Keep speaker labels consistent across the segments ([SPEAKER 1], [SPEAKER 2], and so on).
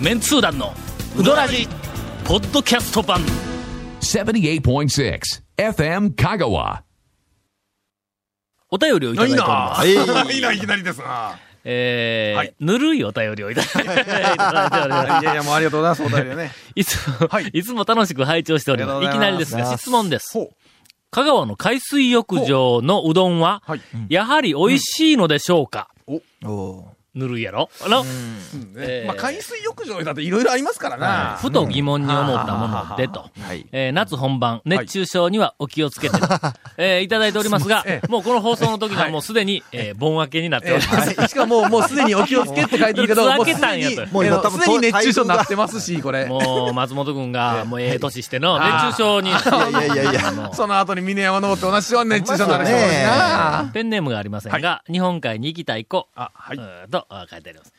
[SPEAKER 1] メンツー団のウドラジポッドキャスト版
[SPEAKER 2] 78.6 FM Kagawa.
[SPEAKER 1] お便りをいただいております。
[SPEAKER 3] え
[SPEAKER 4] いいな、いきなりですな。
[SPEAKER 1] えー
[SPEAKER 4] はい
[SPEAKER 1] ぬるいお便りをいただいていただいております
[SPEAKER 3] いやいや、もうありがとうございます、お便りね。
[SPEAKER 1] いつも、い、つも楽しく拝聴しております。い
[SPEAKER 3] あ
[SPEAKER 1] き
[SPEAKER 3] りがとうござ
[SPEAKER 1] ないり
[SPEAKER 3] ます
[SPEAKER 1] ですが、質問です
[SPEAKER 3] ほう。
[SPEAKER 1] 香川の海水浴場のうどんは、
[SPEAKER 3] はい
[SPEAKER 1] やはり美味しいのでしょうか、
[SPEAKER 5] おー
[SPEAKER 1] ぬるいやろあの、えー
[SPEAKER 4] まあ、海水浴場だっていろいろありますからな。
[SPEAKER 1] ふと疑問に思ったものでと。
[SPEAKER 5] はい。
[SPEAKER 1] えー夏本番、熱中症にはお気をつけ てと、えーいただいておりますが、もうこの放送の時にはもうすでに、えー盆明けになっております。
[SPEAKER 3] しかも、もうすでにお気をつけって書いてるけど、
[SPEAKER 1] い
[SPEAKER 3] も
[SPEAKER 1] つ開
[SPEAKER 3] うす
[SPEAKER 1] けた
[SPEAKER 3] で
[SPEAKER 1] んや
[SPEAKER 3] に、
[SPEAKER 1] と
[SPEAKER 3] もう
[SPEAKER 5] えー
[SPEAKER 3] 多分熱中症になってますし、これ。
[SPEAKER 1] もう、松本くんが、もうええ年しての、熱中症に。い
[SPEAKER 5] やいやいや
[SPEAKER 3] その後に峰山登って同じように熱中症になる人もいるしな。
[SPEAKER 1] ペンネームがありませんが、日本海に行きたい子、
[SPEAKER 3] あ、は
[SPEAKER 1] う。ーんとあ書いてあります。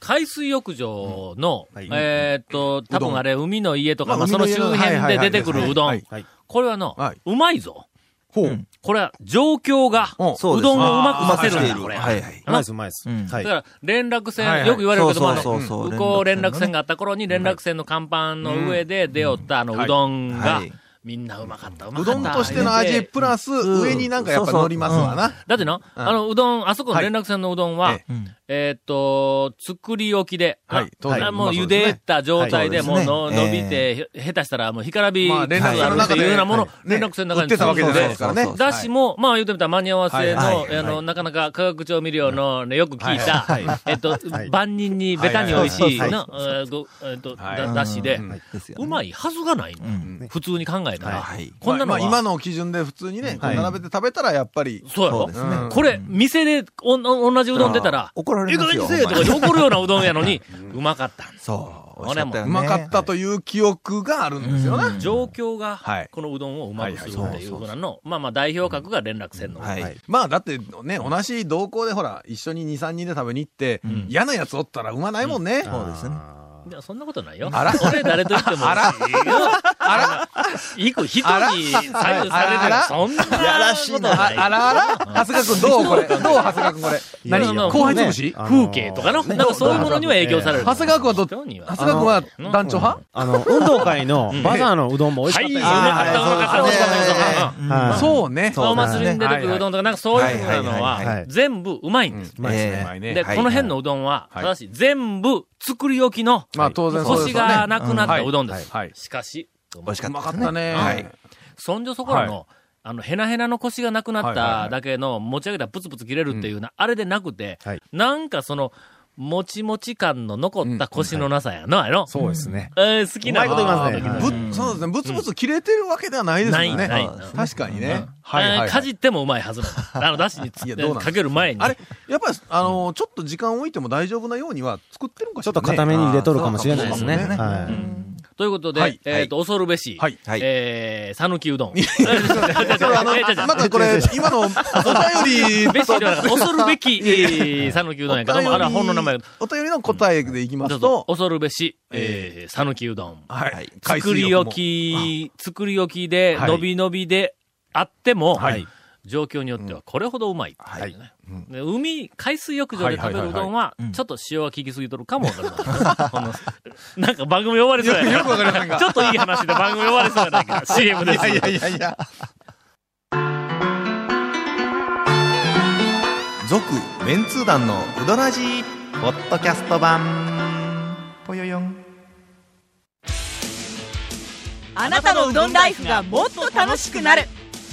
[SPEAKER 1] 海水浴場の、
[SPEAKER 5] はい
[SPEAKER 1] えーっと、多分あれ、海の家とか、まあ、その周
[SPEAKER 3] はい
[SPEAKER 1] 辺
[SPEAKER 3] はい
[SPEAKER 1] で
[SPEAKER 3] はい
[SPEAKER 1] 出てくるうど
[SPEAKER 3] は
[SPEAKER 1] ん
[SPEAKER 3] い。
[SPEAKER 1] これはの
[SPEAKER 3] はい、
[SPEAKER 1] うまいぞ。
[SPEAKER 3] ほう。
[SPEAKER 1] これは、状況が、う
[SPEAKER 3] うん
[SPEAKER 5] そうです
[SPEAKER 1] どんをうまくさせるんだ、
[SPEAKER 5] あー
[SPEAKER 1] これ。
[SPEAKER 5] はいはい。
[SPEAKER 1] うまいです
[SPEAKER 6] うまいです。
[SPEAKER 5] うん
[SPEAKER 6] は
[SPEAKER 1] だ
[SPEAKER 6] い。
[SPEAKER 1] から、連絡
[SPEAKER 3] はい
[SPEAKER 1] 船、
[SPEAKER 3] はい
[SPEAKER 1] よく言われるけども、あの
[SPEAKER 5] そうそうそう
[SPEAKER 1] 向こう連
[SPEAKER 5] 連絡船のね
[SPEAKER 1] 絡船があった頃に、連絡船の甲板の上で出よった、あの、
[SPEAKER 3] はいう
[SPEAKER 1] どんが
[SPEAKER 5] はい、
[SPEAKER 1] みんなうまかった、うまか
[SPEAKER 3] う
[SPEAKER 1] った。
[SPEAKER 3] どんとしての味、プラス、
[SPEAKER 5] ん
[SPEAKER 3] 上になんかやっぱ乗りますわな。
[SPEAKER 1] だってな、あの、うどん、あそこの連絡船のうどんは、
[SPEAKER 3] はい
[SPEAKER 1] えーっと、作り置きで、
[SPEAKER 3] はい
[SPEAKER 1] あ
[SPEAKER 3] 当然
[SPEAKER 1] あもう
[SPEAKER 3] まあそ
[SPEAKER 1] 茹
[SPEAKER 3] うですね
[SPEAKER 1] でた状態で、
[SPEAKER 5] はいそ
[SPEAKER 1] も
[SPEAKER 5] う
[SPEAKER 1] う
[SPEAKER 5] で
[SPEAKER 1] の、
[SPEAKER 5] すねえ
[SPEAKER 1] 伸
[SPEAKER 5] え
[SPEAKER 1] びて、へ下手したら、もう、干からび、
[SPEAKER 3] まあ連絡
[SPEAKER 1] あ
[SPEAKER 3] 船
[SPEAKER 1] る
[SPEAKER 3] の
[SPEAKER 1] って
[SPEAKER 3] 中
[SPEAKER 1] いう
[SPEAKER 3] で
[SPEAKER 1] ようなもの、
[SPEAKER 3] はい
[SPEAKER 1] 連絡船の中に
[SPEAKER 3] 売ってたわけじゃないです
[SPEAKER 1] そ
[SPEAKER 3] か
[SPEAKER 1] う
[SPEAKER 3] ら
[SPEAKER 1] そう
[SPEAKER 3] ね。
[SPEAKER 1] そうだしも、まあ言うてみたら間に合わせの、
[SPEAKER 3] はい
[SPEAKER 5] はい
[SPEAKER 1] あの、なかなか化学調味料の、ねよく聞いた、
[SPEAKER 6] はいはい
[SPEAKER 1] えーっと、
[SPEAKER 6] はい
[SPEAKER 1] 万人にベタに美味しい
[SPEAKER 6] はい
[SPEAKER 1] の、えーごえーっと、
[SPEAKER 3] はい
[SPEAKER 1] だだしで、
[SPEAKER 5] はいですよね
[SPEAKER 1] うまいはずがないの、
[SPEAKER 5] ん
[SPEAKER 1] 普通に考えたら。
[SPEAKER 5] はい
[SPEAKER 1] こんなの
[SPEAKER 3] ま
[SPEAKER 1] は、
[SPEAKER 3] あ今の基準で普通にね、こう並べて食べたらやっぱり、
[SPEAKER 1] そうやろ
[SPEAKER 5] そうですね
[SPEAKER 3] うん
[SPEAKER 1] これ、店でおお同じうどん出たら、
[SPEAKER 5] 怒ら
[SPEAKER 1] い
[SPEAKER 5] れ
[SPEAKER 1] か
[SPEAKER 5] ま
[SPEAKER 1] が
[SPEAKER 5] すよ。
[SPEAKER 1] にせえとか怒るようなうどんやのに、うまかったんです。
[SPEAKER 5] そう。美味しかったよ
[SPEAKER 3] う
[SPEAKER 5] ね
[SPEAKER 3] まかったという記憶があるんですよね。
[SPEAKER 1] 状況が
[SPEAKER 3] はい、
[SPEAKER 1] このうどんをうまくする
[SPEAKER 5] は
[SPEAKER 1] って
[SPEAKER 5] いはい
[SPEAKER 1] い
[SPEAKER 5] そうう
[SPEAKER 1] ふうなの、まあまあ代表格が連絡せんの。
[SPEAKER 5] はい。
[SPEAKER 6] はい
[SPEAKER 3] まあだってね、同じ同行でほら、一緒に2、3人で食べに行って、嫌なやつおったら産まないもんね。
[SPEAKER 5] そうですね。
[SPEAKER 1] いやそんなことないよ。
[SPEAKER 3] あら
[SPEAKER 1] 俺誰と言ってもいいよ。あら行く人
[SPEAKER 3] あら
[SPEAKER 1] に左右され
[SPEAKER 3] あ
[SPEAKER 1] る
[SPEAKER 3] ら
[SPEAKER 1] そんなこと
[SPEAKER 6] やらしいな
[SPEAKER 1] な
[SPEAKER 3] あ
[SPEAKER 1] い。
[SPEAKER 3] らあら長谷川君どうこれ。どう長谷川君これ。
[SPEAKER 1] やいや
[SPEAKER 3] 何後輩潰し
[SPEAKER 6] あの
[SPEAKER 1] 風景とかの、なんかそういうものには影響される。
[SPEAKER 3] 長谷川君はど
[SPEAKER 1] 人には
[SPEAKER 3] 長谷川君は団長派
[SPEAKER 6] あの、運動会のバザーのうどんも美味し
[SPEAKER 1] は
[SPEAKER 6] か
[SPEAKER 1] い、
[SPEAKER 6] っ
[SPEAKER 1] う
[SPEAKER 6] た
[SPEAKER 1] ま
[SPEAKER 6] で
[SPEAKER 1] かった、うま
[SPEAKER 6] はい
[SPEAKER 1] かった、うまかったうまかった。
[SPEAKER 3] うんそうね。
[SPEAKER 1] お祭りに出てくるうどんとか、なんかそういうふうなの
[SPEAKER 5] は
[SPEAKER 6] はい
[SPEAKER 5] い
[SPEAKER 6] はい
[SPEAKER 1] は
[SPEAKER 6] は、い
[SPEAKER 1] 全部うまいんです。
[SPEAKER 3] まあ
[SPEAKER 5] ええ
[SPEAKER 3] まあね
[SPEAKER 1] で、
[SPEAKER 5] はい
[SPEAKER 1] この辺のうどんは、
[SPEAKER 3] はい
[SPEAKER 1] ただし、全部作り置きの、
[SPEAKER 3] まあ当然そうで
[SPEAKER 1] 星
[SPEAKER 3] すよね
[SPEAKER 1] が。なくなったうどんで
[SPEAKER 3] はい
[SPEAKER 1] す。
[SPEAKER 3] はい。
[SPEAKER 1] しかし、
[SPEAKER 5] 美味しか
[SPEAKER 3] う
[SPEAKER 5] っ
[SPEAKER 3] まか
[SPEAKER 5] たで
[SPEAKER 3] っ
[SPEAKER 5] す
[SPEAKER 3] たね。
[SPEAKER 5] ね。はい。
[SPEAKER 1] そんじょそこら
[SPEAKER 3] は
[SPEAKER 1] の、あの、へなへなの腰がなくなっ
[SPEAKER 3] はいはいは
[SPEAKER 1] た
[SPEAKER 3] い
[SPEAKER 1] だけの、持ち上げたらプツプツ切れるっていうな、あれでなくて
[SPEAKER 6] はい、
[SPEAKER 1] なんかその、もちもち感の残った腰のなさやな、あの。
[SPEAKER 6] そうですね。
[SPEAKER 1] えー好きな。
[SPEAKER 6] うまいこと言いますね
[SPEAKER 1] 時の
[SPEAKER 3] ぶそうですね。ぶつぶつ切れてるわけではないですもんね。
[SPEAKER 1] ない
[SPEAKER 3] うん
[SPEAKER 1] ない
[SPEAKER 3] 確かにね。
[SPEAKER 1] え
[SPEAKER 3] はいはい
[SPEAKER 1] ーか
[SPEAKER 3] はい。
[SPEAKER 1] じってもうまいはずなの。あの、だしにつ
[SPEAKER 3] いやどうなんですか
[SPEAKER 1] かける前に。
[SPEAKER 3] あれ、やっぱり、あのー、ちょっと時間置いても大丈夫なようには作ってるんかし
[SPEAKER 6] ちょ
[SPEAKER 3] ら
[SPEAKER 6] っと固めに入れとるかもしれないですね。
[SPEAKER 5] あーそうかも
[SPEAKER 6] は
[SPEAKER 1] ということで、
[SPEAKER 3] はい
[SPEAKER 1] えっと、恐るべし、
[SPEAKER 3] はい
[SPEAKER 5] はい
[SPEAKER 1] えー、さぬき うどん。
[SPEAKER 3] それあの、またこれ、今のお便 り
[SPEAKER 1] べし
[SPEAKER 3] と
[SPEAKER 1] ではなく恐るべき、えー讃岐うどんやけども、あれは本の名前。
[SPEAKER 3] お便りの答えでいきま
[SPEAKER 1] どう
[SPEAKER 3] す
[SPEAKER 1] ぞ
[SPEAKER 3] と、
[SPEAKER 1] 恐るべし、えー、讃岐うどん。
[SPEAKER 3] はい。海
[SPEAKER 1] 作
[SPEAKER 3] 水
[SPEAKER 1] り
[SPEAKER 3] 浴も
[SPEAKER 1] 置。き、作り置きで、
[SPEAKER 3] はい
[SPEAKER 1] 伸び伸びであっても
[SPEAKER 3] はい、
[SPEAKER 1] 状況によってはこれほどうまいっていうね。で海、海水浴場で食べるうどんは、ちょっと塩は効きすぎとるかもわかり ません。なんか番組終わりそうやな
[SPEAKER 3] よくわかりませんが
[SPEAKER 1] ちょっといい話で番組終わりそうやない か。CM です。
[SPEAKER 3] いやいやいや。
[SPEAKER 5] 続、メンツー団のうどらじポッドキャスト版。ぽよよん。
[SPEAKER 7] あなたのうどんライフがもっと楽しくなる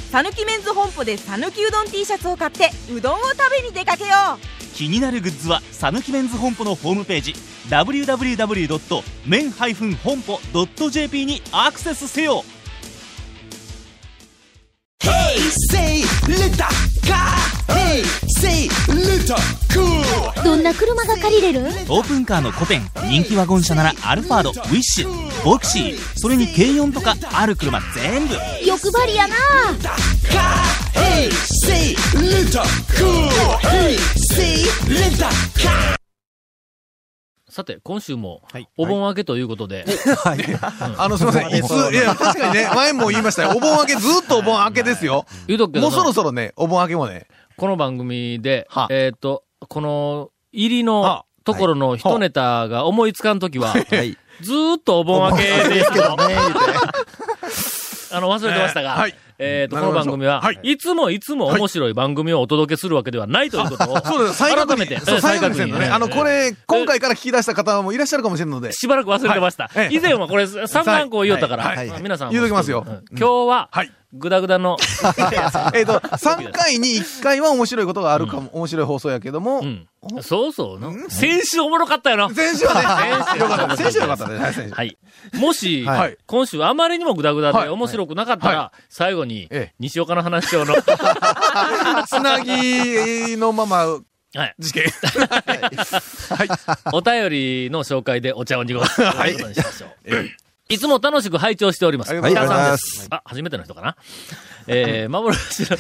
[SPEAKER 7] さぬきメンズ本舗でさぬきうどん T シャツを買ってうどんを食べに出かけよ
[SPEAKER 8] 気になるグッズはさぬきメンズ本舗のホームページ www.men-honpo.jp にアクセスせよ
[SPEAKER 9] どんな車が借りれる
[SPEAKER 8] オープンカーの古典人気ワゴン車ならアルファードウィッシュボクシーそれに軽4とかある車全部
[SPEAKER 9] 欲張りやな
[SPEAKER 1] さて、今週も
[SPEAKER 6] はい、
[SPEAKER 1] お盆明けということで、
[SPEAKER 3] あの、すいません。いつ、いや、確かにね、前も言いま したよ。お盆明け、ずっとお盆明けですよ。
[SPEAKER 1] 言うとくけど
[SPEAKER 3] もう
[SPEAKER 1] な、
[SPEAKER 3] そろそろね、お盆明けもね。
[SPEAKER 1] この番組で
[SPEAKER 3] は、
[SPEAKER 1] えーっと、この、入り
[SPEAKER 3] は
[SPEAKER 1] のところの一ネタが思いつかんときは、
[SPEAKER 5] はい。
[SPEAKER 1] ずーっとお盆明けで、
[SPEAKER 5] けどね、言うて。
[SPEAKER 1] あの、忘れてましたが、
[SPEAKER 4] え
[SPEAKER 1] え
[SPEAKER 4] ーはい
[SPEAKER 1] っと、この番組は、
[SPEAKER 4] はい
[SPEAKER 1] い、つもいつも面白い番組をお届けするわけではないということを、
[SPEAKER 3] そうです。再確
[SPEAKER 1] 改めて、
[SPEAKER 3] 認。そう、再確
[SPEAKER 1] 認
[SPEAKER 3] 認のね。あの、こ、
[SPEAKER 1] えー
[SPEAKER 3] れ、今回から聞き出した方もいらっしゃるかもしれないので。
[SPEAKER 1] しばらく忘れてました。
[SPEAKER 3] はいええ
[SPEAKER 1] 以前はこれ、3番こう言おうたから、
[SPEAKER 5] はいはい
[SPEAKER 1] 皆さん。
[SPEAKER 3] 言うときますよ
[SPEAKER 1] うん今日は、
[SPEAKER 4] はい
[SPEAKER 1] グダグダの、
[SPEAKER 3] えっと、3回に1回は面白いことがあるかも、面白い放送やけども
[SPEAKER 1] う、ん。そうそうな。先週おもろかったよな。
[SPEAKER 3] 先週は
[SPEAKER 1] 先週
[SPEAKER 3] ね、よかった。先週はよかったね。はい先週
[SPEAKER 1] はい。もし、
[SPEAKER 3] はい
[SPEAKER 1] 今週あまりにもグダグダ
[SPEAKER 3] は
[SPEAKER 1] で
[SPEAKER 3] い
[SPEAKER 1] 面白くなかったら、
[SPEAKER 3] は
[SPEAKER 1] 最後に、
[SPEAKER 3] ええ
[SPEAKER 1] 西岡の話 をの、
[SPEAKER 3] つなぎのまま、
[SPEAKER 1] はい、
[SPEAKER 3] 事件。
[SPEAKER 1] お便りの紹介でお茶を濁すということにしましょう。いつも楽しく拝聴しております。。
[SPEAKER 3] ありがとうございます
[SPEAKER 1] あ、初めての人かな。 えー、幻の、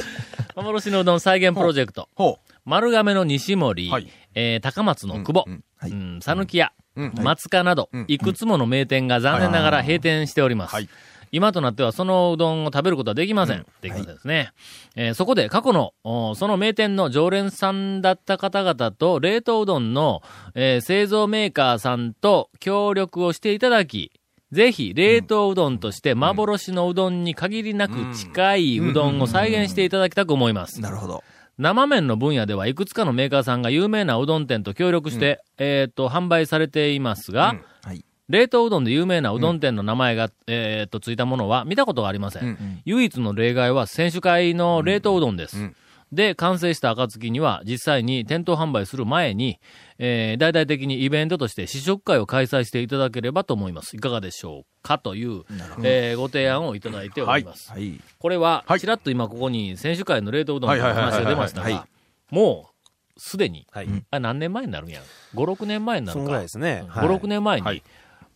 [SPEAKER 1] 幻のうどん再現プロジェクト。
[SPEAKER 3] ほう。
[SPEAKER 1] 丸亀の西森、
[SPEAKER 3] はい
[SPEAKER 1] えー高松の久保、
[SPEAKER 3] うんうん
[SPEAKER 5] はい
[SPEAKER 1] うん讃岐屋、
[SPEAKER 3] うん
[SPEAKER 1] 松川など、
[SPEAKER 3] うん
[SPEAKER 1] いくつもの名店が残念ながら閉店しております。
[SPEAKER 3] はい
[SPEAKER 1] 今となってはそのうどんを食べることはできません。できませんですね。えーそこで過去の、おその名店の常連さんだった方々と冷凍うどんの、えー製造メーカーさんと協力をしていただき、ぜひ、冷凍うどんとして幻のうどんに限りなく近いうどんを再現していただきたく思います。
[SPEAKER 5] なるほど。
[SPEAKER 1] 生麺の分野ではいくつかのメーカーさんが有名なうどん店と協力して、えっ、と、販売されていますが、
[SPEAKER 5] はい。
[SPEAKER 1] 冷凍うどんで有名なうどん店の名前が、えっ、と、ついたものは見たことがありません。唯一の例外は選手会の冷凍うどんです。で、完成した暁には、実際に店頭販売する前に、えー大々的にイベントとして試食会を開催していただければと思います。いかがでしょうかという、えーご提案をいただいております。
[SPEAKER 5] はい。
[SPEAKER 1] これは、
[SPEAKER 3] はい
[SPEAKER 1] ちらっと今ここに選手会の冷凍うどんの話が出ました
[SPEAKER 5] はいはいはいはいは
[SPEAKER 1] が、もう、すでに、
[SPEAKER 6] はい
[SPEAKER 1] あ何年前になるんやろ ?5、6年前にな
[SPEAKER 6] そ
[SPEAKER 1] る
[SPEAKER 6] のぐ
[SPEAKER 1] か。
[SPEAKER 6] らいですね。
[SPEAKER 1] 5、6年前に、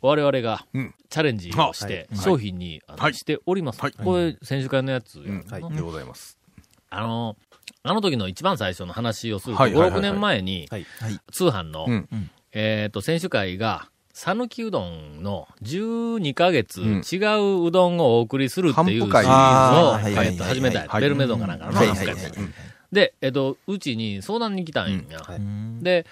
[SPEAKER 1] 我々が
[SPEAKER 4] うん
[SPEAKER 1] チャレンジをして、商品にあの
[SPEAKER 4] はい
[SPEAKER 1] しております。
[SPEAKER 4] はい
[SPEAKER 1] これ、選手会のやつやな、
[SPEAKER 5] はい
[SPEAKER 3] でございます。
[SPEAKER 1] あの、あの時の一番最初の話をすると、
[SPEAKER 3] はいはいはい
[SPEAKER 1] 5、6年前に
[SPEAKER 6] はい
[SPEAKER 5] はい、
[SPEAKER 1] 通販の、
[SPEAKER 3] うん
[SPEAKER 1] えっ、と、選手会が、讃岐うどんの12ヶ月
[SPEAKER 3] ん
[SPEAKER 1] 違ううどんをお送りするっていうシリーズ
[SPEAKER 3] 反
[SPEAKER 1] を
[SPEAKER 3] 復会
[SPEAKER 5] あーはいはいはい
[SPEAKER 1] えーと始めた
[SPEAKER 3] はい
[SPEAKER 1] ベルメゾンかなんかの
[SPEAKER 5] は
[SPEAKER 1] ないん
[SPEAKER 5] はい
[SPEAKER 1] か
[SPEAKER 5] はい
[SPEAKER 1] ので、えっ、と、うちに相談に来たんや。で、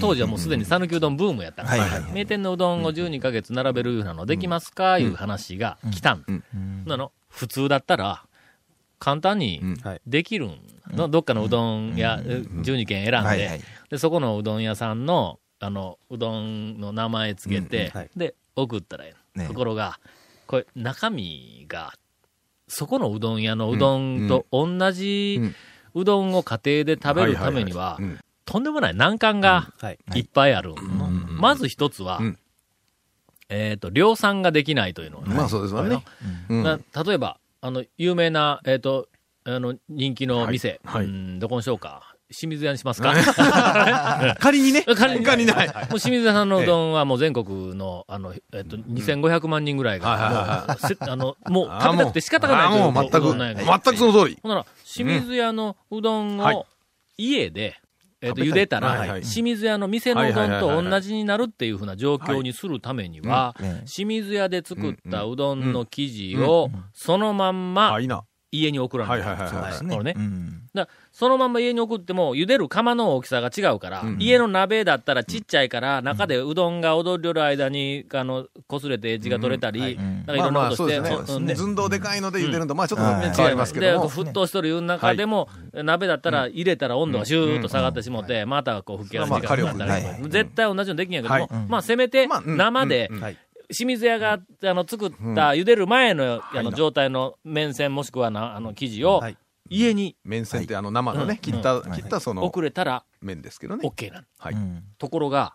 [SPEAKER 1] 当時はもうすでに讃岐うどんブームやったから、
[SPEAKER 5] はいはいはい
[SPEAKER 1] 名店のうどんを12ヶ月並べるようなのできますか、いう話が来たん。なの普通だったら、簡単に
[SPEAKER 6] はい
[SPEAKER 1] できるんの、どっかのうどん屋、12軒選んで、
[SPEAKER 5] はいはい
[SPEAKER 1] で、そこのうどん屋さんの、あの、うどんの名前つけて、
[SPEAKER 6] うんはい
[SPEAKER 1] で、送ったらええの、
[SPEAKER 5] ね
[SPEAKER 1] ところが、これ、中身が、そこのうどん屋のうどんと同じうどんを家庭で食べるためには、とんでもない難関が
[SPEAKER 6] はい。
[SPEAKER 1] いっぱいある。まず一つは、
[SPEAKER 3] うん
[SPEAKER 1] えっ、と、量産ができないというのがね
[SPEAKER 3] まあそうですわね。うん
[SPEAKER 1] な例えば、あの、有名な、えっ、と、あの、人気の店、うん、どこにしようか。清水屋にしますか
[SPEAKER 3] 仮にね。
[SPEAKER 1] 仮に
[SPEAKER 3] 仮にない。
[SPEAKER 1] もう清水屋さんのうどんはもう全国の、あの、えっ、と、2500万人ぐらい
[SPEAKER 3] はいはい
[SPEAKER 1] が、もうせあの、もう
[SPEAKER 3] あー
[SPEAKER 1] 食べたくて仕方がないという
[SPEAKER 3] あーもう全
[SPEAKER 1] うどんなんや
[SPEAKER 3] く、
[SPEAKER 1] から
[SPEAKER 3] 全くその通り。
[SPEAKER 1] ほんなら、清水屋のうどん
[SPEAKER 3] はい
[SPEAKER 1] を家で、えっと、
[SPEAKER 3] 食べ
[SPEAKER 1] 茹
[SPEAKER 3] たい
[SPEAKER 1] でた
[SPEAKER 3] はいは
[SPEAKER 1] ら、
[SPEAKER 3] い
[SPEAKER 1] 清水屋の店のうどんと同じになるっていうふうな状況にするためには
[SPEAKER 5] はいはいはいはいうん、
[SPEAKER 1] 清水屋で作ったうどんの生地を、そのまんま
[SPEAKER 3] あ、いいな。
[SPEAKER 1] 家に送らな
[SPEAKER 3] はい
[SPEAKER 1] い。
[SPEAKER 3] はいはい
[SPEAKER 5] そう
[SPEAKER 3] は
[SPEAKER 5] で
[SPEAKER 3] い。
[SPEAKER 5] す
[SPEAKER 1] これね
[SPEAKER 5] ね。うん
[SPEAKER 1] だからそのまんま家に送っても、茹でる釜の大きさが違うから、
[SPEAKER 3] うん
[SPEAKER 1] 家の鍋だったらちっちゃいから、中でうどんが踊りよる間に、あの、擦れてエッジが取れたり、
[SPEAKER 5] うんうん
[SPEAKER 1] なんかいろんなことして、
[SPEAKER 3] まあまあ
[SPEAKER 1] そ
[SPEAKER 3] そうう
[SPEAKER 1] うんね
[SPEAKER 3] ですね。寸胴でかいので茹でるんと、まあちょっと
[SPEAKER 5] うん
[SPEAKER 3] 変わりますけども
[SPEAKER 1] で、。沸騰しとるいう中でも、鍋だったら入れたら温度がシューッと下がってしもって、またこう、吹き上がる時間になった
[SPEAKER 5] まあ火
[SPEAKER 1] り
[SPEAKER 5] 力ね
[SPEAKER 1] とか、絶対同じのできんやけど
[SPEAKER 3] はい
[SPEAKER 1] も、まあ、せめて
[SPEAKER 3] まあ、うん
[SPEAKER 1] 生で
[SPEAKER 3] うん、
[SPEAKER 6] はい。
[SPEAKER 1] 清水屋が、あの、作った、茹でる前の、あの、状態の麺線もしくはな、あの、生地を
[SPEAKER 6] はい、
[SPEAKER 1] 家に
[SPEAKER 3] 麺線ってあの生の
[SPEAKER 1] うん
[SPEAKER 3] ね、切った、
[SPEAKER 5] ん
[SPEAKER 3] 切ったその
[SPEAKER 1] 送れたら、
[SPEAKER 3] 麺ですけどね。
[SPEAKER 1] OK なの。
[SPEAKER 3] はい
[SPEAKER 5] うん
[SPEAKER 1] ところが、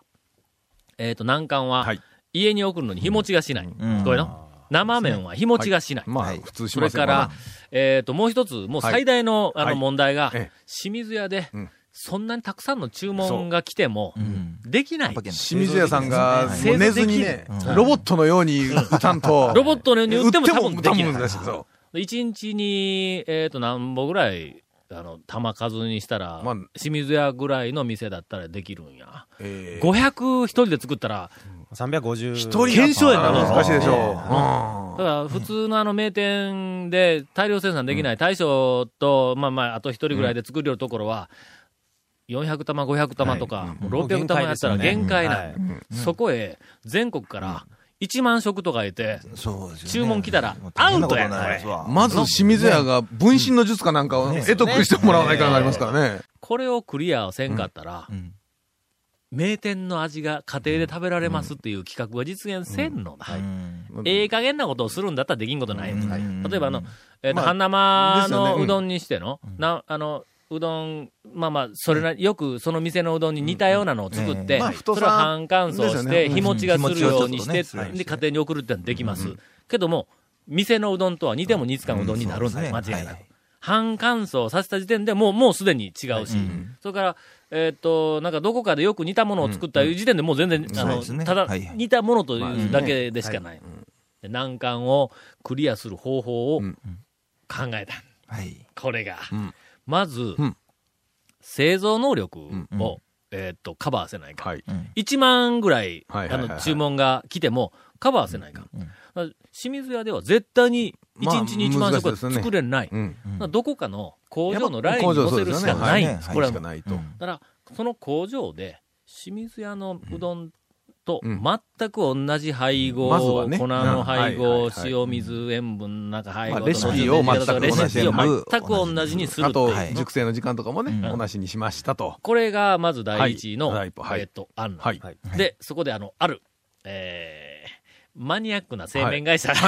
[SPEAKER 1] えっ、と、難関は
[SPEAKER 3] はい、
[SPEAKER 1] 家に送るのに日持ちがしない。
[SPEAKER 5] ん
[SPEAKER 1] これの。生麺は日持ちがしない。
[SPEAKER 3] まあ
[SPEAKER 5] はい
[SPEAKER 3] 普通し
[SPEAKER 1] そ
[SPEAKER 3] ま
[SPEAKER 1] れ
[SPEAKER 3] すよ
[SPEAKER 1] から、えっ、と、もう一つ、もう最大の、あ
[SPEAKER 3] は
[SPEAKER 1] の
[SPEAKER 3] い
[SPEAKER 1] 問題が、
[SPEAKER 3] ええ
[SPEAKER 1] 清水屋で、
[SPEAKER 3] うん
[SPEAKER 1] そんなにたくさんの注文が来ても、
[SPEAKER 5] ん
[SPEAKER 1] できない。
[SPEAKER 3] 清水屋さんが、
[SPEAKER 5] はい
[SPEAKER 3] もう寝ずにね、ロボットのように打たんと。
[SPEAKER 1] ロボットのように売っても多分で
[SPEAKER 3] 多
[SPEAKER 1] き
[SPEAKER 3] 分
[SPEAKER 1] ない
[SPEAKER 3] 難しい。そ
[SPEAKER 1] で一日に、えっ、と、何本ぐらい、あの、玉数にしたら、
[SPEAKER 3] まあ
[SPEAKER 1] 清水屋ぐらいの店だったらできるんや。
[SPEAKER 3] う。えー
[SPEAKER 1] 500一人で作ったら、
[SPEAKER 6] 350。一
[SPEAKER 3] 一人
[SPEAKER 1] 検証やな
[SPEAKER 3] 難しいでしょう。
[SPEAKER 1] だから普通のあの名店で大量生産できない大将と、まあまあ、あと一人ぐらいで作りよるところは、 400玉、500玉とか、もう600玉やったら限界ない。そこへ、全国から1万食とかいて、
[SPEAKER 5] そうですよね
[SPEAKER 1] 注文来たら
[SPEAKER 5] もう大変なこと
[SPEAKER 1] アウトや
[SPEAKER 5] ないですわ
[SPEAKER 3] まず清水屋が分身の術かなんかを得得してもらわないかなりますからね。
[SPEAKER 1] これをクリアせんかったら、
[SPEAKER 5] うん
[SPEAKER 1] 名店の味が家庭で食べられますっていう企画が実現せんのだ。
[SPEAKER 5] うん
[SPEAKER 1] ええ加減なことをするんだったらできんことないよ、
[SPEAKER 5] ん
[SPEAKER 1] 例えばあの、えーと
[SPEAKER 3] まあ
[SPEAKER 1] 半生
[SPEAKER 3] ですよ
[SPEAKER 1] の
[SPEAKER 3] ねうん
[SPEAKER 1] うどんにしての、なあのうどん、まあまあ、それな、よくその店のうどんに似たようなのを作って、
[SPEAKER 3] うんまあ
[SPEAKER 1] そ
[SPEAKER 3] 太さ
[SPEAKER 1] れを半乾燥
[SPEAKER 3] です
[SPEAKER 1] し
[SPEAKER 3] よ
[SPEAKER 1] て、
[SPEAKER 3] ね
[SPEAKER 1] 日持ちがするようにして、
[SPEAKER 5] 日持ちをちょっとね
[SPEAKER 1] で、家庭に送るってのはできます。けども、店のうどんとは似ても似つかぬうどんになるんだよ、
[SPEAKER 5] うんそ
[SPEAKER 1] 間
[SPEAKER 5] うですね
[SPEAKER 1] 違いな
[SPEAKER 5] は
[SPEAKER 1] く
[SPEAKER 5] いはい。
[SPEAKER 1] 半乾燥させた時点でもう、もうすでに違うし、それから、えーっと、なんかどこかでよく似たものを作ったいう時点でもう全然、あ
[SPEAKER 5] そう
[SPEAKER 1] の、
[SPEAKER 5] ですね
[SPEAKER 1] ただ
[SPEAKER 5] はいはい
[SPEAKER 1] 似たものというだけでしかない。で難関をクリアする方法を考
[SPEAKER 3] ん
[SPEAKER 1] えた。
[SPEAKER 5] はい。
[SPEAKER 1] これが。
[SPEAKER 3] ん
[SPEAKER 1] まず、
[SPEAKER 3] うん
[SPEAKER 1] 製造能力を、
[SPEAKER 3] ん
[SPEAKER 1] えーっと、カバーせないか。
[SPEAKER 3] はい。
[SPEAKER 1] 1万ぐらい、
[SPEAKER 3] はいはいはいはい
[SPEAKER 1] あの、注文が来ても、カバーせないか。だから清水屋では絶対に、1日に1万
[SPEAKER 3] まあ
[SPEAKER 1] 食は
[SPEAKER 3] 難しいですよね
[SPEAKER 1] 作れない。
[SPEAKER 3] う
[SPEAKER 1] だ
[SPEAKER 3] ん。
[SPEAKER 1] からどこかの工場のラインに乗せるしか
[SPEAKER 3] は
[SPEAKER 1] ない
[SPEAKER 3] い
[SPEAKER 1] んです。これは
[SPEAKER 3] し
[SPEAKER 1] も
[SPEAKER 3] か
[SPEAKER 1] う
[SPEAKER 3] ないと。
[SPEAKER 1] だから、その工場で、清水屋のうどんと
[SPEAKER 3] うん
[SPEAKER 1] 全く同じ配合、
[SPEAKER 3] うんまずはね
[SPEAKER 1] 粉の配
[SPEAKER 3] うんはい
[SPEAKER 1] 合、
[SPEAKER 3] はいはい
[SPEAKER 1] 塩水、塩分、なんか配合
[SPEAKER 3] まあ
[SPEAKER 1] と、
[SPEAKER 3] レシピを全く同じ
[SPEAKER 1] レシピを全く
[SPEAKER 5] 全く
[SPEAKER 1] 同じにする
[SPEAKER 3] あ
[SPEAKER 1] と
[SPEAKER 3] と
[SPEAKER 1] いう。、
[SPEAKER 3] 熟成の時間とかもね、
[SPEAKER 1] うん
[SPEAKER 3] 同じにしましたと。
[SPEAKER 1] これがまず第一の、
[SPEAKER 3] はいはい
[SPEAKER 1] えっと、案
[SPEAKER 3] は
[SPEAKER 1] 内
[SPEAKER 3] い。
[SPEAKER 1] で、そこであの、ある、えーマニアックな製麺会社、 マ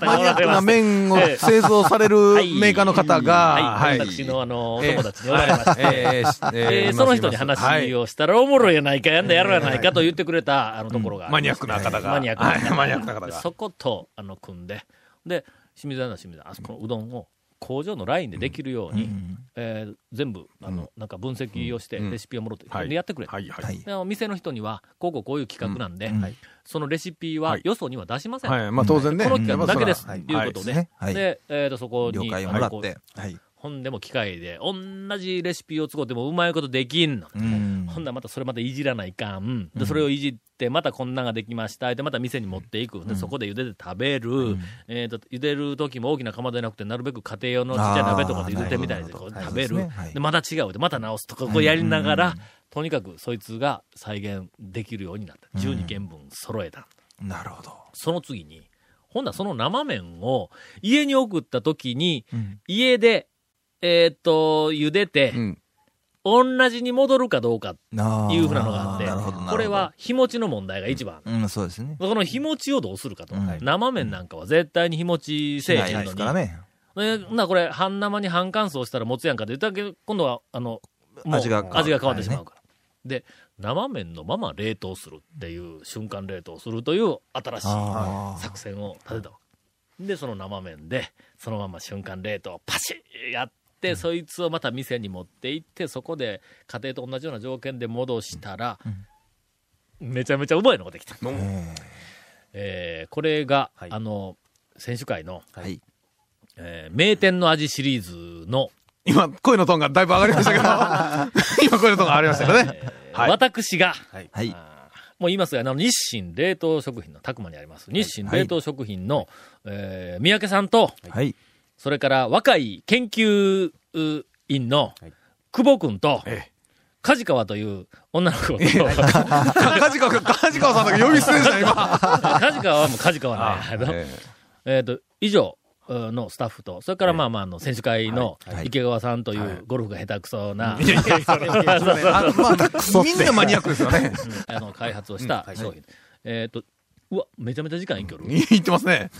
[SPEAKER 3] マニアックな麺を製造されるメーカーの方が、
[SPEAKER 1] はい、私のあの、お
[SPEAKER 3] ええ
[SPEAKER 1] 友達におられまして、
[SPEAKER 3] えーえーえー
[SPEAKER 1] で、その人に話
[SPEAKER 3] を。
[SPEAKER 1] をしたらおもろいやないか、やんだやろうやないかと言ってくれた、あのところがありま
[SPEAKER 3] マニアックな
[SPEAKER 1] して
[SPEAKER 3] 方が
[SPEAKER 1] マニアックな
[SPEAKER 3] はいマニアックな方が
[SPEAKER 1] でそこと、あの、組んで、で、清水屋の清水屋、あそこのうどんを工場のラインでできるように、えー全部、あの、なんか分析をして、
[SPEAKER 3] うん
[SPEAKER 1] レシピをもろって、
[SPEAKER 3] はい
[SPEAKER 1] でやってくれ。
[SPEAKER 3] はいはい。
[SPEAKER 5] は
[SPEAKER 3] はいい。
[SPEAKER 1] であの店の人には、こうこうこういう企画なんで、
[SPEAKER 5] うんはい
[SPEAKER 1] そのレシピは
[SPEAKER 3] はい
[SPEAKER 1] よそには出しません。
[SPEAKER 3] はいまあ当然ね。
[SPEAKER 1] この企
[SPEAKER 3] や
[SPEAKER 1] 画
[SPEAKER 3] っぱ
[SPEAKER 1] だ
[SPEAKER 3] そ
[SPEAKER 1] け
[SPEAKER 3] ら
[SPEAKER 1] です、と
[SPEAKER 3] はいは
[SPEAKER 1] う
[SPEAKER 3] い
[SPEAKER 1] こと
[SPEAKER 5] そうです
[SPEAKER 1] で
[SPEAKER 5] ね。はい
[SPEAKER 1] で、えっ、と、そこに、
[SPEAKER 5] 了解をもらって。はい。
[SPEAKER 1] ほんでも機械で、同じレシピを使ってもうまいことできんの。
[SPEAKER 5] うん
[SPEAKER 1] ほんならまたそれまたいじらないかん。で、それをいじって、またこんなんができました。で、また店に持っていく。で、そこで茹でて食べる。えっ、と、茹でる時も大きな釜でなくて、なるべく家庭用のちっちゃい鍋とかで茹でてみたいで、
[SPEAKER 5] あーなる
[SPEAKER 1] こ
[SPEAKER 5] ほ
[SPEAKER 1] う
[SPEAKER 5] ど
[SPEAKER 1] 食べる。
[SPEAKER 5] は
[SPEAKER 1] で
[SPEAKER 5] いそうですねはい
[SPEAKER 1] また違うで、また直すとか、こうやりながら、とにかくそいつが再現できるようになった。12件分揃えた。
[SPEAKER 5] なるほど。
[SPEAKER 1] その次に、ほんならその生麺を家に送った時に、
[SPEAKER 5] ん
[SPEAKER 1] 家で、えーっと、茹でて、
[SPEAKER 3] うん
[SPEAKER 1] 同じに戻るかどうかって
[SPEAKER 5] なあ
[SPEAKER 1] いうふうなのがあって、
[SPEAKER 5] なるほどなるほど
[SPEAKER 1] これは、日持ちの問題が一番。
[SPEAKER 5] うん、そうですね。
[SPEAKER 1] この日持ちをどうするかと。
[SPEAKER 5] うん
[SPEAKER 1] 生麺なんかは絶対に日持ちせえ
[SPEAKER 5] ない
[SPEAKER 1] へん
[SPEAKER 5] で
[SPEAKER 1] の
[SPEAKER 5] す
[SPEAKER 1] に。
[SPEAKER 5] からね。
[SPEAKER 1] えな、これ、半生に半乾燥したら持つやんかって言ったけど、今度は、あの、もう
[SPEAKER 5] 味が変わる
[SPEAKER 1] 味が変わってしまうから。で、生麺のまま冷凍するっていう、瞬間冷凍するという新しい
[SPEAKER 5] あー
[SPEAKER 1] 作戦を立てたわけ。で、その生麺で、そのまま瞬間冷凍、パシッやって、そいつをまた店に持って行って、そこで家庭と同じような条件で戻したら、めちゃめちゃうまいのができた。
[SPEAKER 5] え
[SPEAKER 1] えーこれが、
[SPEAKER 6] はい
[SPEAKER 1] あの、選手会の、
[SPEAKER 5] ーはい。
[SPEAKER 1] えー名店の味シリーズの、
[SPEAKER 3] 今、声のトーンがだいぶ上がりましたけ ど、今、声のトーンが上がりましたけどね。はい
[SPEAKER 1] 私が、
[SPEAKER 5] はい。
[SPEAKER 1] もう言いますが、あの、日清冷凍食品の、たくまにあります、日清冷凍食品の、えー三宅さんと、
[SPEAKER 5] はい。
[SPEAKER 1] それから若い研究う員の久保君と、
[SPEAKER 3] え
[SPEAKER 1] 梶川という女の子と、
[SPEAKER 3] か梶川君、梶川さんだけ呼び捨てでし た、今。
[SPEAKER 1] 梶川はもう梶川なんや けど
[SPEAKER 3] え
[SPEAKER 1] えっと、以上うんのスタッフと、それからまあまあ、あの、選手会の池川さんというゴルフが下手くそな、
[SPEAKER 3] あまあ、みんなマニアックですよね。
[SPEAKER 1] あの、開発をした商品。えっと、うわ、めちゃめちゃ時間いける。
[SPEAKER 3] 言ってますね。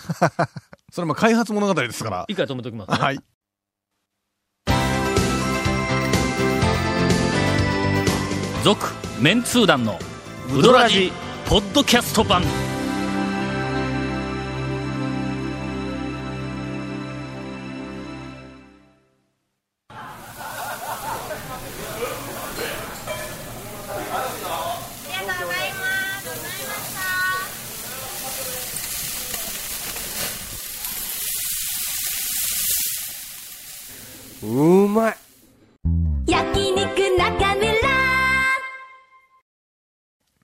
[SPEAKER 3] それも開発物語ですから。
[SPEAKER 1] 一回止めときますね。
[SPEAKER 3] はい。
[SPEAKER 1] 続メンツー団のウドラジポッドキャスト版
[SPEAKER 9] 焼肉中村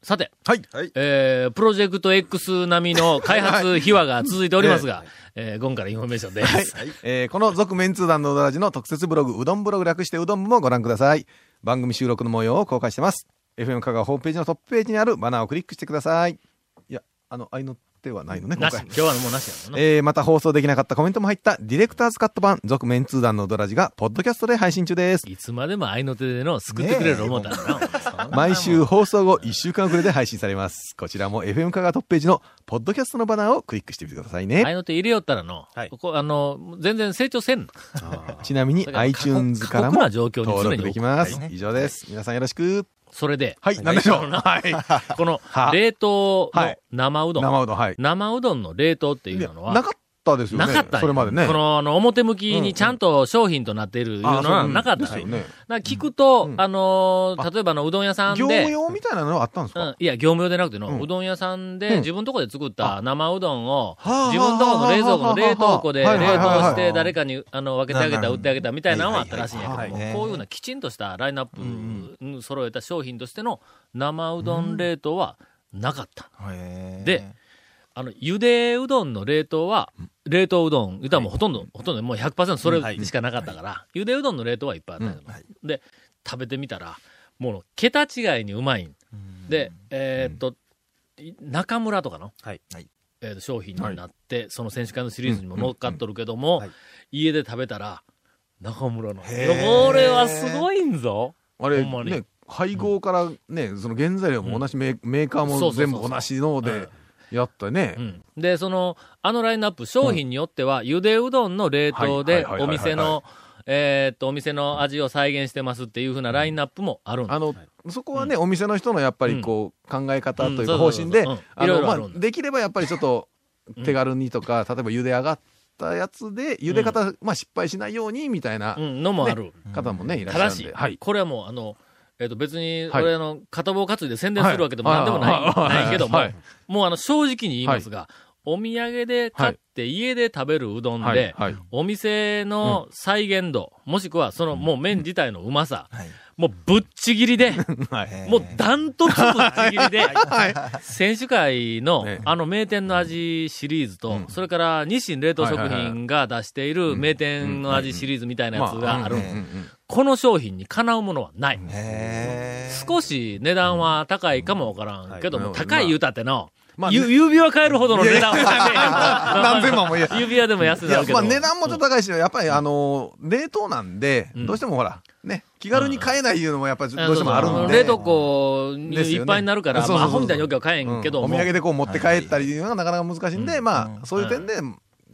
[SPEAKER 1] さて、
[SPEAKER 3] はい。はい。
[SPEAKER 1] えー、プロジェクト X 並みの開発秘話が続いておりますが、えー、ゴンからインフォメーションです。
[SPEAKER 3] えーこの続メンツー団のうどらじの特設ブログ、うどんブログ略してうどん部もご覧ください。番組収録の模様を公開してます。FM 香川ホームページのトップページにあるバナーをクリックしてください。いや、あの、愛の手はないのね、今
[SPEAKER 1] なし。
[SPEAKER 3] 回
[SPEAKER 1] 今。日はもうなしやもんな。
[SPEAKER 3] えーまた放送できなかったコメントも入ったディレクターズカット版、続メンツー団のうどらじが、ポッドキャストで配信中で す。
[SPEAKER 1] いつまでも愛の手での救ってくれる思ったらな。
[SPEAKER 3] 毎週放送後1週間遅れで配信されます。こちらも FM 香川トップページのポッドキャストのバナーをクリックしてみてくださいね。
[SPEAKER 1] 愛の手入れよったらの、
[SPEAKER 5] はい
[SPEAKER 1] ここあの、全然成長せんの。
[SPEAKER 3] ちなみに
[SPEAKER 1] だから過酷
[SPEAKER 3] iTunes から
[SPEAKER 1] 過酷
[SPEAKER 3] も
[SPEAKER 1] な状況に
[SPEAKER 3] 登
[SPEAKER 1] 常に
[SPEAKER 3] 録できます。以上です。皆さんよろしく。
[SPEAKER 1] それで、
[SPEAKER 3] はい、なんでしょう。はい。
[SPEAKER 1] この
[SPEAKER 3] は
[SPEAKER 1] 冷凍
[SPEAKER 3] は
[SPEAKER 1] の
[SPEAKER 3] い
[SPEAKER 1] 生うどん、
[SPEAKER 3] 生うどん、はい。
[SPEAKER 1] 生うどんの冷凍って
[SPEAKER 3] い
[SPEAKER 1] い
[SPEAKER 3] や
[SPEAKER 1] うのは、
[SPEAKER 3] なかったですよね。
[SPEAKER 1] なかったんや
[SPEAKER 3] それまでね。
[SPEAKER 1] この、あの、表向きにちゃんと商品となっているいうの
[SPEAKER 3] あそう
[SPEAKER 1] は
[SPEAKER 3] うん
[SPEAKER 1] なかった
[SPEAKER 3] です
[SPEAKER 1] し。
[SPEAKER 3] よね。
[SPEAKER 1] なんか聞くと、
[SPEAKER 3] うん
[SPEAKER 1] あのー
[SPEAKER 3] あ
[SPEAKER 1] 例えばあの、うどん屋さんで、
[SPEAKER 3] 業務用みたいなのはあったんです
[SPEAKER 1] う
[SPEAKER 3] か
[SPEAKER 1] ん、いや、業務用でなくての、う
[SPEAKER 3] うん
[SPEAKER 1] どん屋さん
[SPEAKER 3] うん
[SPEAKER 1] で、自分とこで作った生うどんを、
[SPEAKER 3] はあはあ
[SPEAKER 1] 自分とこの冷蔵庫の冷凍庫で
[SPEAKER 3] は
[SPEAKER 1] 冷
[SPEAKER 3] いはいはいはい
[SPEAKER 1] 凍して、誰かに、あの、分けてあげ
[SPEAKER 5] な
[SPEAKER 1] た、
[SPEAKER 5] ん
[SPEAKER 1] 売
[SPEAKER 5] か
[SPEAKER 1] ってあげたみたいなのはあったらしいんや
[SPEAKER 5] は
[SPEAKER 1] け
[SPEAKER 5] い
[SPEAKER 1] ど
[SPEAKER 5] はいはい
[SPEAKER 1] も、こう
[SPEAKER 5] はい
[SPEAKER 1] いうようなきちんとしたラインナップうん揃えた商品としての生うどん冷凍はなかった。
[SPEAKER 5] へー
[SPEAKER 1] で、あの、茹でうどんの冷凍は、冷凍うどん、言うたらもうほとんど、ほとんどもう100%それでしかなかったから、茹でうどんの冷凍はいっぱいあったけど、で、食べてみたら、もう、桁違いにうまいん。で、えーっと、い中村とかの、
[SPEAKER 5] はい。はい。
[SPEAKER 1] えーっと商品になって、その選手会のシリーズにも乗っかっとるけども、家で食べたら、中村の。
[SPEAKER 5] へー
[SPEAKER 1] いやこれはすごいんぞ。
[SPEAKER 3] あ
[SPEAKER 1] ほんまに
[SPEAKER 3] れ、ね、配合からね、その原材料も同じメーメーカー
[SPEAKER 1] そ
[SPEAKER 3] も
[SPEAKER 1] うそうそう
[SPEAKER 3] 全
[SPEAKER 1] そう
[SPEAKER 3] 部同じのでやったね
[SPEAKER 1] う。んで、その、あのラインナップ、商品によっては、ゆでうどんの冷凍
[SPEAKER 3] はい
[SPEAKER 1] で、
[SPEAKER 3] はいはいはいはい
[SPEAKER 1] お店の、えーっと、お店の味を再現してますっていうふうなラインナップもあるんだ
[SPEAKER 3] あの、そこはね、お店の人のやっぱりこう、考え方という
[SPEAKER 1] う
[SPEAKER 3] か
[SPEAKER 1] んそ
[SPEAKER 3] 方
[SPEAKER 1] うそうそう
[SPEAKER 3] 針で
[SPEAKER 1] うん、
[SPEAKER 3] あ
[SPEAKER 1] いろい
[SPEAKER 3] の、
[SPEAKER 1] ろ
[SPEAKER 3] ま
[SPEAKER 1] あるんだ
[SPEAKER 3] あ、できればやっぱりちょっと手軽にとか、例えば茹で上がったやつで、茹で方、まあ失敗しないようにみたいな
[SPEAKER 1] うん、のもある。
[SPEAKER 3] 方もね、いらったしゃ
[SPEAKER 1] だ
[SPEAKER 3] るん
[SPEAKER 1] し
[SPEAKER 3] で。、はい。
[SPEAKER 1] これはもう、あの、えーっと、別に、
[SPEAKER 3] はい
[SPEAKER 1] 俺、あの、片棒担いで宣伝するわけでも
[SPEAKER 3] はい
[SPEAKER 1] なんでもない、
[SPEAKER 3] はい
[SPEAKER 1] ないけども
[SPEAKER 3] はい、
[SPEAKER 1] もう、あの、正直に言いますが、お土産で買って、家で食べるうどん
[SPEAKER 3] はい
[SPEAKER 1] で。、
[SPEAKER 3] はい。
[SPEAKER 1] お店の再現度、もしくはそのもう麺自体のうまさ、
[SPEAKER 5] はい。
[SPEAKER 1] もうぶっちぎ りで、
[SPEAKER 5] へー
[SPEAKER 1] もうダントツぶっちぎりで、選手会の
[SPEAKER 3] ええ
[SPEAKER 1] あの名店の味シリーズと
[SPEAKER 3] う、ん
[SPEAKER 1] それから日清冷凍食
[SPEAKER 3] はいはいはいは
[SPEAKER 1] 品が出している名店の味シリーズみたいなやつがある
[SPEAKER 5] まあうん。
[SPEAKER 1] この商品にかなうものはない。
[SPEAKER 5] へー
[SPEAKER 1] 少し値段は高いかもわからんけども、
[SPEAKER 3] はい
[SPEAKER 1] 高い言うたっての、
[SPEAKER 3] まあ
[SPEAKER 1] ゆ指輪買えるほどの値段は高いやん
[SPEAKER 3] 何千万もいや。
[SPEAKER 1] 指輪でも安い
[SPEAKER 3] い
[SPEAKER 1] だろ
[SPEAKER 3] や
[SPEAKER 1] うけ
[SPEAKER 3] ま
[SPEAKER 1] ど
[SPEAKER 3] あ
[SPEAKER 1] も。
[SPEAKER 3] 値段もちょっと高いし、やっぱりあの冷凍なんで、
[SPEAKER 1] うん
[SPEAKER 3] どうしてもほら、ね、気軽に買えないいうのもやっぱりどうしてもある
[SPEAKER 1] そ
[SPEAKER 3] ん
[SPEAKER 1] う
[SPEAKER 3] で。
[SPEAKER 1] そう冷凍庫に
[SPEAKER 3] です
[SPEAKER 1] い
[SPEAKER 3] よね
[SPEAKER 1] っぱいになるから、
[SPEAKER 3] そうそう
[SPEAKER 1] まあ
[SPEAKER 3] そう
[SPEAKER 1] アホみたいによくは買えへんけども、
[SPEAKER 3] うんお土産でこう持って帰ったりいうのがなかなか難しいんで、
[SPEAKER 1] は
[SPEAKER 3] まあ、そういう点で、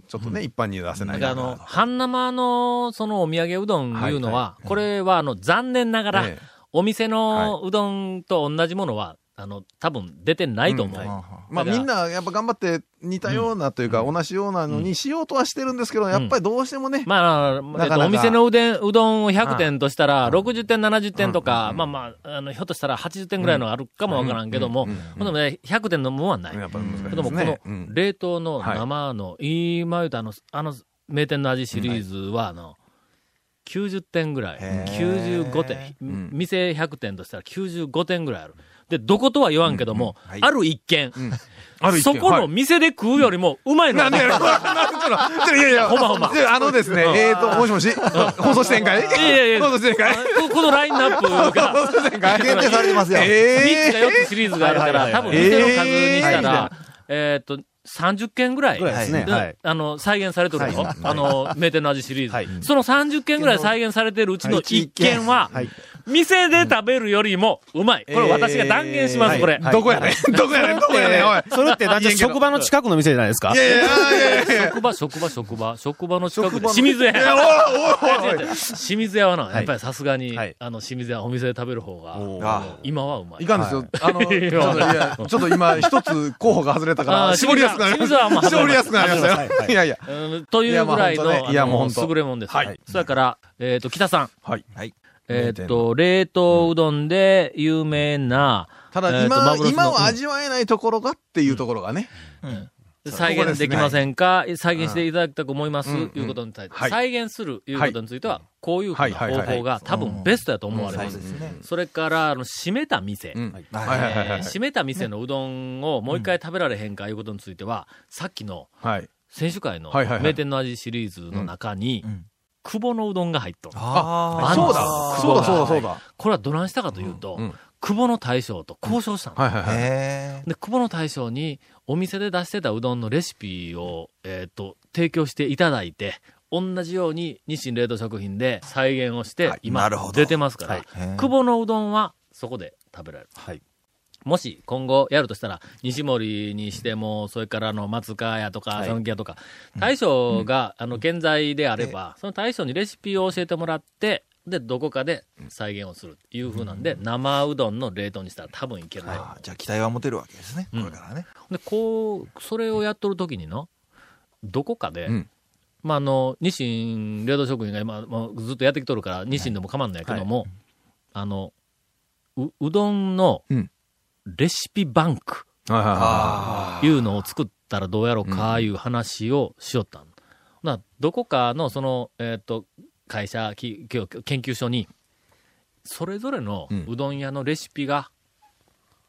[SPEAKER 3] ちょっとね、一般には出せない
[SPEAKER 1] だからあの、半生のそのお土産うどんいうのは、
[SPEAKER 3] は
[SPEAKER 1] これはあの、残念ながら、
[SPEAKER 3] ええ
[SPEAKER 1] お店のうどんと同じものは、あの、多分出てないと思う。
[SPEAKER 5] うんはい
[SPEAKER 3] まあ
[SPEAKER 1] だから
[SPEAKER 3] みんなやっぱ頑張って似たようなというか、同じようなのにしようとはしてるんですけど、やっぱりどうしてもね、
[SPEAKER 1] まあ、えっ
[SPEAKER 3] なか
[SPEAKER 1] と、
[SPEAKER 3] なか
[SPEAKER 1] お店のうでん、うどんを100点としたら、60点、70点とか、まあまあ、あの、ひょっとしたら80点ぐらいのあるかもわからんけども、ほんでもね、100点のもんはない。
[SPEAKER 3] やっぱり難しい
[SPEAKER 1] け
[SPEAKER 3] で
[SPEAKER 1] ど
[SPEAKER 3] す
[SPEAKER 1] も、こ
[SPEAKER 3] ね
[SPEAKER 1] の。
[SPEAKER 3] うん
[SPEAKER 1] 冷凍の生の、今言うたあの、あの、名店の味シリーズは、あの、90点ぐらい。
[SPEAKER 5] へー
[SPEAKER 1] 95点。
[SPEAKER 3] ん
[SPEAKER 1] 店100点としたら95点ぐらいある。で、どことは言わんけども、
[SPEAKER 5] うんはい
[SPEAKER 1] ある一軒、
[SPEAKER 3] ある意見
[SPEAKER 1] そこ
[SPEAKER 3] はい
[SPEAKER 1] の店で食うよりも、うまいのが
[SPEAKER 3] なんでやろなん でやろいやい や、
[SPEAKER 1] ほんまほんま
[SPEAKER 3] であのですね、えーと、もしもし、放送してんかい
[SPEAKER 1] いやいやいや
[SPEAKER 3] 放送してんかい
[SPEAKER 1] ここのラインナップ が、
[SPEAKER 3] 放送してんかい
[SPEAKER 5] 限定されてますよ。
[SPEAKER 1] 3つ
[SPEAKER 3] え
[SPEAKER 1] か4つシリーズがあるから、多分店の数にしたら、えーっと、30件ぐらい。
[SPEAKER 6] ぐらいですね。
[SPEAKER 1] で
[SPEAKER 6] はい。
[SPEAKER 1] あの、再現されてるの、
[SPEAKER 5] はい
[SPEAKER 1] あの、名店の味シリーズ。
[SPEAKER 5] はい
[SPEAKER 1] その30件ぐらい再現されてるうちの1件は、店で食べるよりもうまい。これ私が断言します、
[SPEAKER 5] えー
[SPEAKER 1] これ。
[SPEAKER 5] は
[SPEAKER 3] ー
[SPEAKER 5] い
[SPEAKER 3] どこやねんどこやねんどこやねんおい。
[SPEAKER 6] それってだって職場の近くの店じゃないですか
[SPEAKER 3] いやいやいやいや
[SPEAKER 1] 職場、職場、職場、職場の近くで、清水屋。 違う違う清水屋はな、やっぱりさすがに、
[SPEAKER 6] はい
[SPEAKER 1] あの、清水屋はお店で食べる方が、
[SPEAKER 5] あ
[SPEAKER 1] 今はうまい。
[SPEAKER 3] いかんですよ。あの、ち
[SPEAKER 1] い
[SPEAKER 3] ょっといやちょっと今、一つ候補が外れた
[SPEAKER 1] あ
[SPEAKER 3] か
[SPEAKER 1] ー
[SPEAKER 3] ら、絞りやすくなりま
[SPEAKER 1] 清水はもう
[SPEAKER 3] した。絞りやすくなりまし
[SPEAKER 6] は
[SPEAKER 3] た
[SPEAKER 6] い
[SPEAKER 3] よ。いやいや。
[SPEAKER 1] うんというぐらいの、あの
[SPEAKER 3] いやもう本当ねいやもう本当
[SPEAKER 1] 優れもんです。
[SPEAKER 3] はい
[SPEAKER 1] それから、えっ、と、北さん。
[SPEAKER 3] はい。
[SPEAKER 1] えっ、と、冷凍うどんで有名な、
[SPEAKER 3] た
[SPEAKER 1] え
[SPEAKER 3] だ
[SPEAKER 1] ーと
[SPEAKER 3] 今、
[SPEAKER 1] 幻の
[SPEAKER 3] 今は味わえないところがっていうところがね。
[SPEAKER 1] 再現できませんか、再現していただきたく思います、
[SPEAKER 3] うん
[SPEAKER 1] ということに対して、
[SPEAKER 3] はい
[SPEAKER 1] 再現するいうことについては、こういうふうな
[SPEAKER 3] は
[SPEAKER 1] い方
[SPEAKER 3] はいはい
[SPEAKER 1] 法が多分ベストやと思われます。それから、あの、閉めた店。
[SPEAKER 3] うん
[SPEAKER 5] い
[SPEAKER 3] はいはいはい
[SPEAKER 1] え
[SPEAKER 3] は
[SPEAKER 1] ー
[SPEAKER 3] い
[SPEAKER 1] 閉めた店のうどんをもう一回食べられへんかいうことについては、さっきの
[SPEAKER 3] はい。
[SPEAKER 1] 選手会の
[SPEAKER 3] はいはいはい
[SPEAKER 1] 名店の味シリーズの中に、久保のうどんが入っとる。
[SPEAKER 5] あ
[SPEAKER 1] あ
[SPEAKER 3] そうだ
[SPEAKER 1] あー
[SPEAKER 3] そうだそうだそうだ。
[SPEAKER 1] これはどないしたかというと、
[SPEAKER 3] うんうん
[SPEAKER 1] 久保の大将と交渉したの。
[SPEAKER 3] はいはいはい。
[SPEAKER 5] へ
[SPEAKER 1] で、久保の大将にお店で出してたうどんのレシピを、えっ、と、提供していただいて、同じように日清冷凍食品で再現をして、今
[SPEAKER 5] なるほ、ど
[SPEAKER 1] 出てますから、
[SPEAKER 5] ー
[SPEAKER 1] 久保のうどんはそこで食べられる。
[SPEAKER 6] はい
[SPEAKER 1] もし今後やるとしたら、西森にしても、それからあの松川屋とか、讃岐屋とか、大将が、あの、健在であれば、その大将にレシピを教えてもらって、で、どこかで再現をするっていう風なんで、生うどんの冷凍にしたら多分いけると思う
[SPEAKER 5] あーじゃあ期待は持てるわけですね、
[SPEAKER 1] うん
[SPEAKER 5] これからね
[SPEAKER 1] で、こう、それをやっとる時にの、どこかで、
[SPEAKER 3] うん
[SPEAKER 1] まあ、あの、日清冷凍食品が今、もうずっとやってきとるから、日清でも構わんないけども、あの、う、うどんの
[SPEAKER 3] うん
[SPEAKER 1] レシピバンク
[SPEAKER 3] はいはいはい。
[SPEAKER 5] あ
[SPEAKER 1] いうのを作ったらどうやろうか、いう話をしよったん。などこかの、その、えっ、と、会社、きき研究所に、それぞれの
[SPEAKER 3] うん
[SPEAKER 1] うどん屋のレシピが、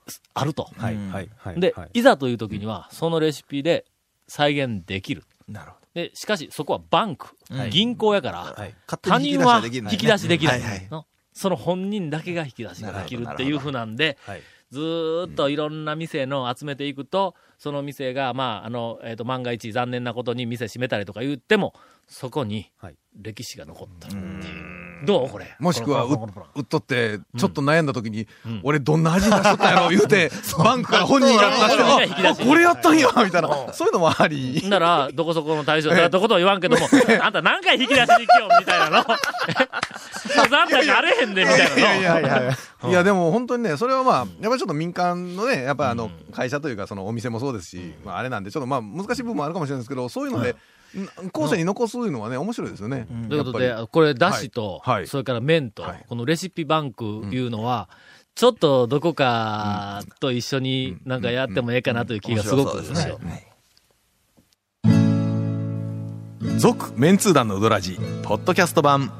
[SPEAKER 1] すあると。
[SPEAKER 6] はいはいはい
[SPEAKER 1] で、
[SPEAKER 6] はい
[SPEAKER 1] いざという時には、そのレシピで再現できる。
[SPEAKER 5] なるほ
[SPEAKER 1] で、しかし、そこはバンク、
[SPEAKER 5] はい
[SPEAKER 1] 銀行やから、
[SPEAKER 5] ど勝
[SPEAKER 1] 他
[SPEAKER 5] 手に
[SPEAKER 1] 人は
[SPEAKER 5] 引き出しはできない、ね、
[SPEAKER 1] 引き出しできない。
[SPEAKER 5] はいはい
[SPEAKER 1] のその本人だけが引き出しができるっていうふうなんで、
[SPEAKER 6] はい
[SPEAKER 1] ずーっといろんな店の集めていくと、その店が、まあ、あの、えっ、と、万が一残念なことに店閉めたりとか言っても、そこに
[SPEAKER 6] はい
[SPEAKER 1] 歴史が残ったっていう。どうこれ。
[SPEAKER 3] もしくは、う
[SPEAKER 1] このこのこのこ
[SPEAKER 3] 売っとって、ちょっと悩んだ時に
[SPEAKER 1] うん、
[SPEAKER 3] 俺どんな味出しとったんや ろ言うて、バンクから本人やった
[SPEAKER 1] そう本人が
[SPEAKER 3] 人
[SPEAKER 1] 引き出
[SPEAKER 3] あ、
[SPEAKER 1] し
[SPEAKER 3] これやったんやみたいな。そういうのもあ
[SPEAKER 1] の
[SPEAKER 3] り。
[SPEAKER 1] なら、どこそこの 大将だってことは言わんけども、あんた何回引き出しに行きよみたいな の。あんたなれへんで、みたいなの。
[SPEAKER 3] やい やいや。いや、でも本当にね、それはまあ、やっぱりちょっと民間のね、やっぱあの、会社というか、そのお店もそうですし、まああれなんで、ちょっとまあ難しい部分もあるかもしれないですけど、そういうので、ん後世に残すのはね、面白いですよね。
[SPEAKER 1] ということ
[SPEAKER 3] や
[SPEAKER 1] で
[SPEAKER 3] っぱり、
[SPEAKER 1] これ、だしと、
[SPEAKER 3] はいはい
[SPEAKER 1] それから麺と、
[SPEAKER 3] はい
[SPEAKER 1] このレシピバンクいうのは、ちょっとどこかと一緒になんかやってもええかなという気がすごく
[SPEAKER 5] 面
[SPEAKER 1] しま
[SPEAKER 5] 白
[SPEAKER 1] す
[SPEAKER 5] そう
[SPEAKER 1] よ
[SPEAKER 5] です。ね、はい
[SPEAKER 3] 続、メンツー団のウドラジ。
[SPEAKER 5] ポッドキャスト版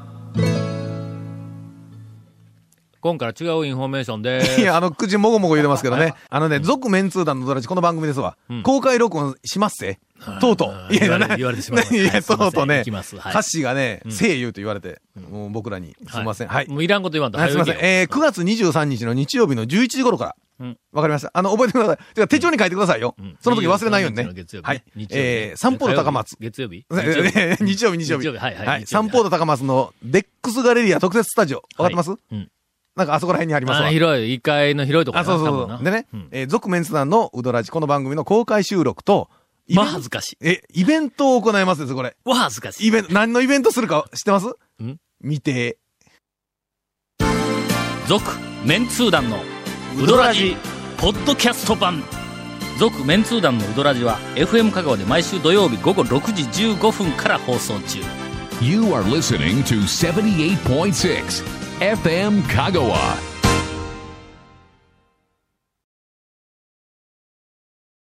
[SPEAKER 1] 今回は違うインフォメーションで
[SPEAKER 3] い
[SPEAKER 1] す。
[SPEAKER 3] や、あの、口もごもご言うてますけどね。あのね、続メンツー団のドラジ、この番組ですわ。公開録音しますぜ。とうとう。
[SPEAKER 1] 言われ言われてしまいま した
[SPEAKER 3] ね
[SPEAKER 1] はい
[SPEAKER 3] や、
[SPEAKER 1] すいませ
[SPEAKER 3] と
[SPEAKER 1] ん
[SPEAKER 3] うとうね、
[SPEAKER 1] 行きますはい
[SPEAKER 3] 歌詞がね、声優と言われて、もう僕らに、すいません。はい。
[SPEAKER 1] もういらんこと言わんと。
[SPEAKER 3] はいすいません。
[SPEAKER 1] 早いけど
[SPEAKER 3] えー、9月23日の日曜日の11時頃から。
[SPEAKER 1] う
[SPEAKER 3] わ
[SPEAKER 1] ん、
[SPEAKER 3] かりました。あの、覚えてください。てか手帳に書いてくださいよ。
[SPEAKER 1] うん
[SPEAKER 3] その時忘れないようにね。
[SPEAKER 1] 23日の月曜日
[SPEAKER 3] はい。
[SPEAKER 1] 日曜日
[SPEAKER 3] えー、散歩の高松。
[SPEAKER 1] 月曜日
[SPEAKER 3] 日曜
[SPEAKER 1] 日曜日
[SPEAKER 3] 日、日曜日。
[SPEAKER 1] 日曜日はいはい日曜日
[SPEAKER 3] 散歩の高松のデックスガレリア特設スタジオ。わかってます、
[SPEAKER 1] うん
[SPEAKER 3] なんかあそこら辺にあります
[SPEAKER 1] あ
[SPEAKER 3] わ。
[SPEAKER 1] 広い、1階の広いところ
[SPEAKER 3] あ、そうそうそう。でね、えー、続メンツ団のうどらじ、この番組の公開収録と、イ
[SPEAKER 1] ま
[SPEAKER 3] ベ
[SPEAKER 1] あ
[SPEAKER 3] ント
[SPEAKER 1] 恥ずかしい。
[SPEAKER 3] え、イベントを行いますです、これ。
[SPEAKER 1] わ、恥ずかしい。
[SPEAKER 3] イベント、何のイベントするか知ってます
[SPEAKER 1] ん
[SPEAKER 3] 未定。
[SPEAKER 1] 続、メンツー団のウドラジ、ポッドキャスト版。続、メンツー団のウドラジは、FM 香川で毎週土曜日午後6時15分から放送中。
[SPEAKER 2] You are listening to 78.6 FM Kagawa.